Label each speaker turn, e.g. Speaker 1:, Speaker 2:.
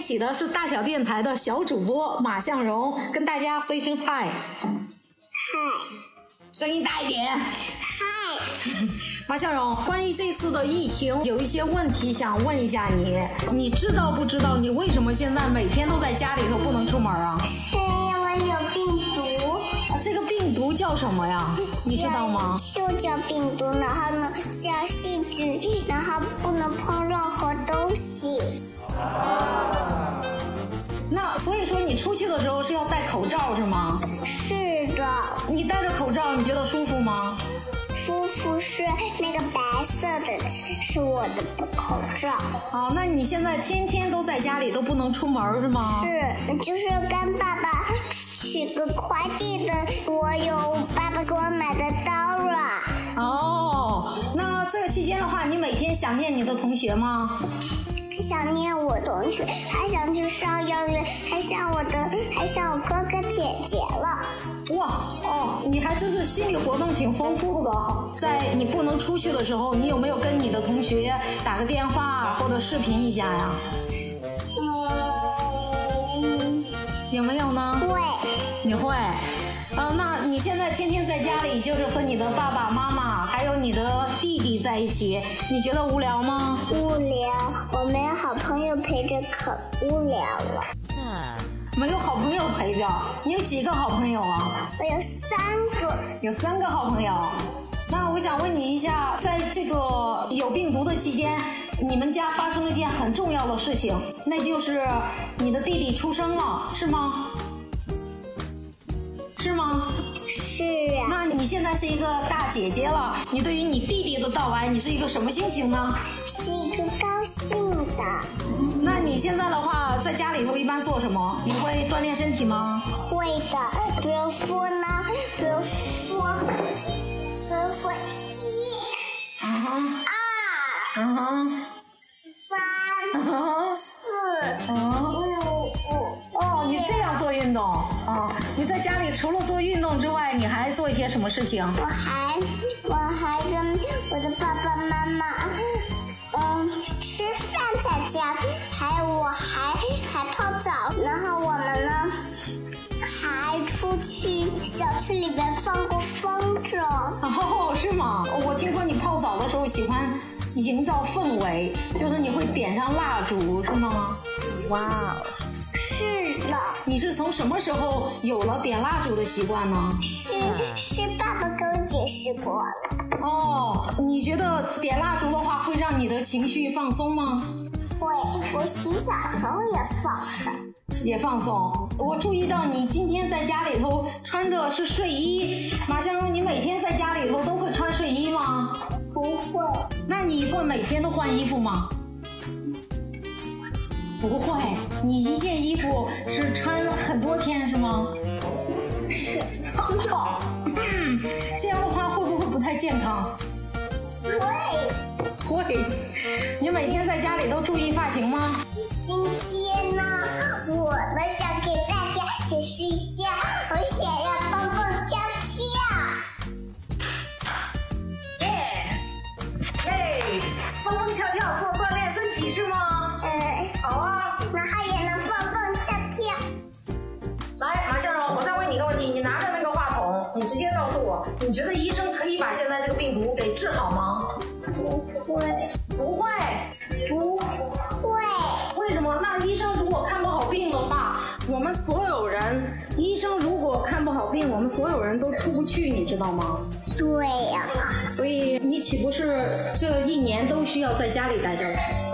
Speaker 1: 起的是大小电台的小主播马向荣，跟大家 say 声 hi，
Speaker 2: 嗨
Speaker 1: 声音大一点。
Speaker 2: 嗨，
Speaker 1: 马向荣，关于这次的疫情，有一些问题想问一下你，你知道不知道你为什么现在每天都在家里头不能出门啊？
Speaker 2: 是因为有病毒，
Speaker 1: 这个病毒叫什么呀？你知道吗？
Speaker 2: 就叫病毒，然后呢叫细菌，然后不能碰任何东西。
Speaker 1: 那所以说你出去的时候是要戴口罩是吗？
Speaker 2: 是的，
Speaker 1: 你戴着口罩你觉得舒服吗？
Speaker 2: 舒服是那个白色的，是我的口罩。
Speaker 1: 啊，那你现在天天都在家里都不能出门是吗？
Speaker 2: 是，就是跟爸爸取个快递的，我有爸爸给我买的刀啊软，
Speaker 1: 哦，那这个期间的话，你每天想念你的同学吗？
Speaker 2: 想念我同学，还想去上幼儿园，还想我的，还想我哥哥姐姐了。
Speaker 1: 哇哦，你还真是心理活动挺丰富的。在你不能出去的时候，你有没有跟你的同学打个电话或者视频一下呀？
Speaker 2: 嗯，
Speaker 1: 有没有呢？
Speaker 2: 对，
Speaker 1: 你会？啊，那你现在天天在家里，就是和你的爸爸妈妈还有你的弟弟在一起，你觉得无聊吗？
Speaker 2: 无聊，我没有好朋友陪着，可无聊了。
Speaker 1: 没有好朋友陪着，你有几个好朋友啊？
Speaker 2: 我有三个，
Speaker 1: 有三个好朋友。那我想问你一下，在这个有病毒的期间，你们家发生了一件很重要的事情，那就是你的弟弟出生了，是吗？是吗？
Speaker 2: 是啊，
Speaker 1: 那你现在是一个大姐姐了，你对于你弟弟的到来，你是一个什么心情呢？
Speaker 2: 是一个高兴的，
Speaker 1: 那你现在的话，在家里头一般做什么？你会锻炼身体吗？
Speaker 2: 会的。比如说呢，比如说，比如说一、
Speaker 1: 嗯哼，
Speaker 2: 二、
Speaker 1: 嗯哼，
Speaker 2: 三、
Speaker 1: 嗯哼，
Speaker 2: 四、
Speaker 1: 嗯哼。
Speaker 2: 五、五。
Speaker 1: 哦，你这样做运动哦？你在家里除了做运动之外，你还做一些什么事情？
Speaker 2: 我还我还跟我的爸爸妈妈，嗯，吃饭在家，还有我还还泡澡，然后我们呢还出去小区里边放过风筝。
Speaker 1: 哦，是吗？我听说你泡澡的时候喜欢营造氛围，就是你会点上蜡烛，是吗？哇，哦
Speaker 2: 是的，
Speaker 1: 你是从什么时候有了点蜡烛的习惯呢？
Speaker 2: 是是爸爸跟我解释过了，
Speaker 1: 哦，你觉得点蜡烛的话会让你的情绪放松吗？
Speaker 2: 会我洗澡时候也放上。
Speaker 1: 也放松。我注意到你今天在家里头穿的是睡衣，马向荣，你每天在家里头都会穿睡衣吗？
Speaker 2: 不会，
Speaker 1: 那你会每天都换衣服吗？不会，你一件衣服是穿了很多天是吗？
Speaker 2: 是
Speaker 1: 哦，嗯，这样的话会不会不太健康？
Speaker 2: 会。
Speaker 1: 会。你每天在家里都注意发型吗？
Speaker 2: 今天呢，我们想给大家解释一下，我想要蹦蹦跳跳。
Speaker 1: 耶，耶，蹦蹦跳跳做锻炼身体是吗？
Speaker 2: 嗯，
Speaker 1: 好啊。
Speaker 2: 然后也能蹦蹦跳跳。
Speaker 1: 来，马向荣，我再问你一个问题，你拿着那个话筒，你直接告诉我，你觉得医生可以把现在这个病毒给治好吗？
Speaker 2: 不会，
Speaker 1: 不会，
Speaker 2: 不会，
Speaker 1: 为什么？那医生如果看不好病的话，我们所有人，医生如果看不好病，我们所有人都出不去，你知道吗？
Speaker 2: 对呀、啊
Speaker 1: 所以你岂不是这一年都需要在家里待着？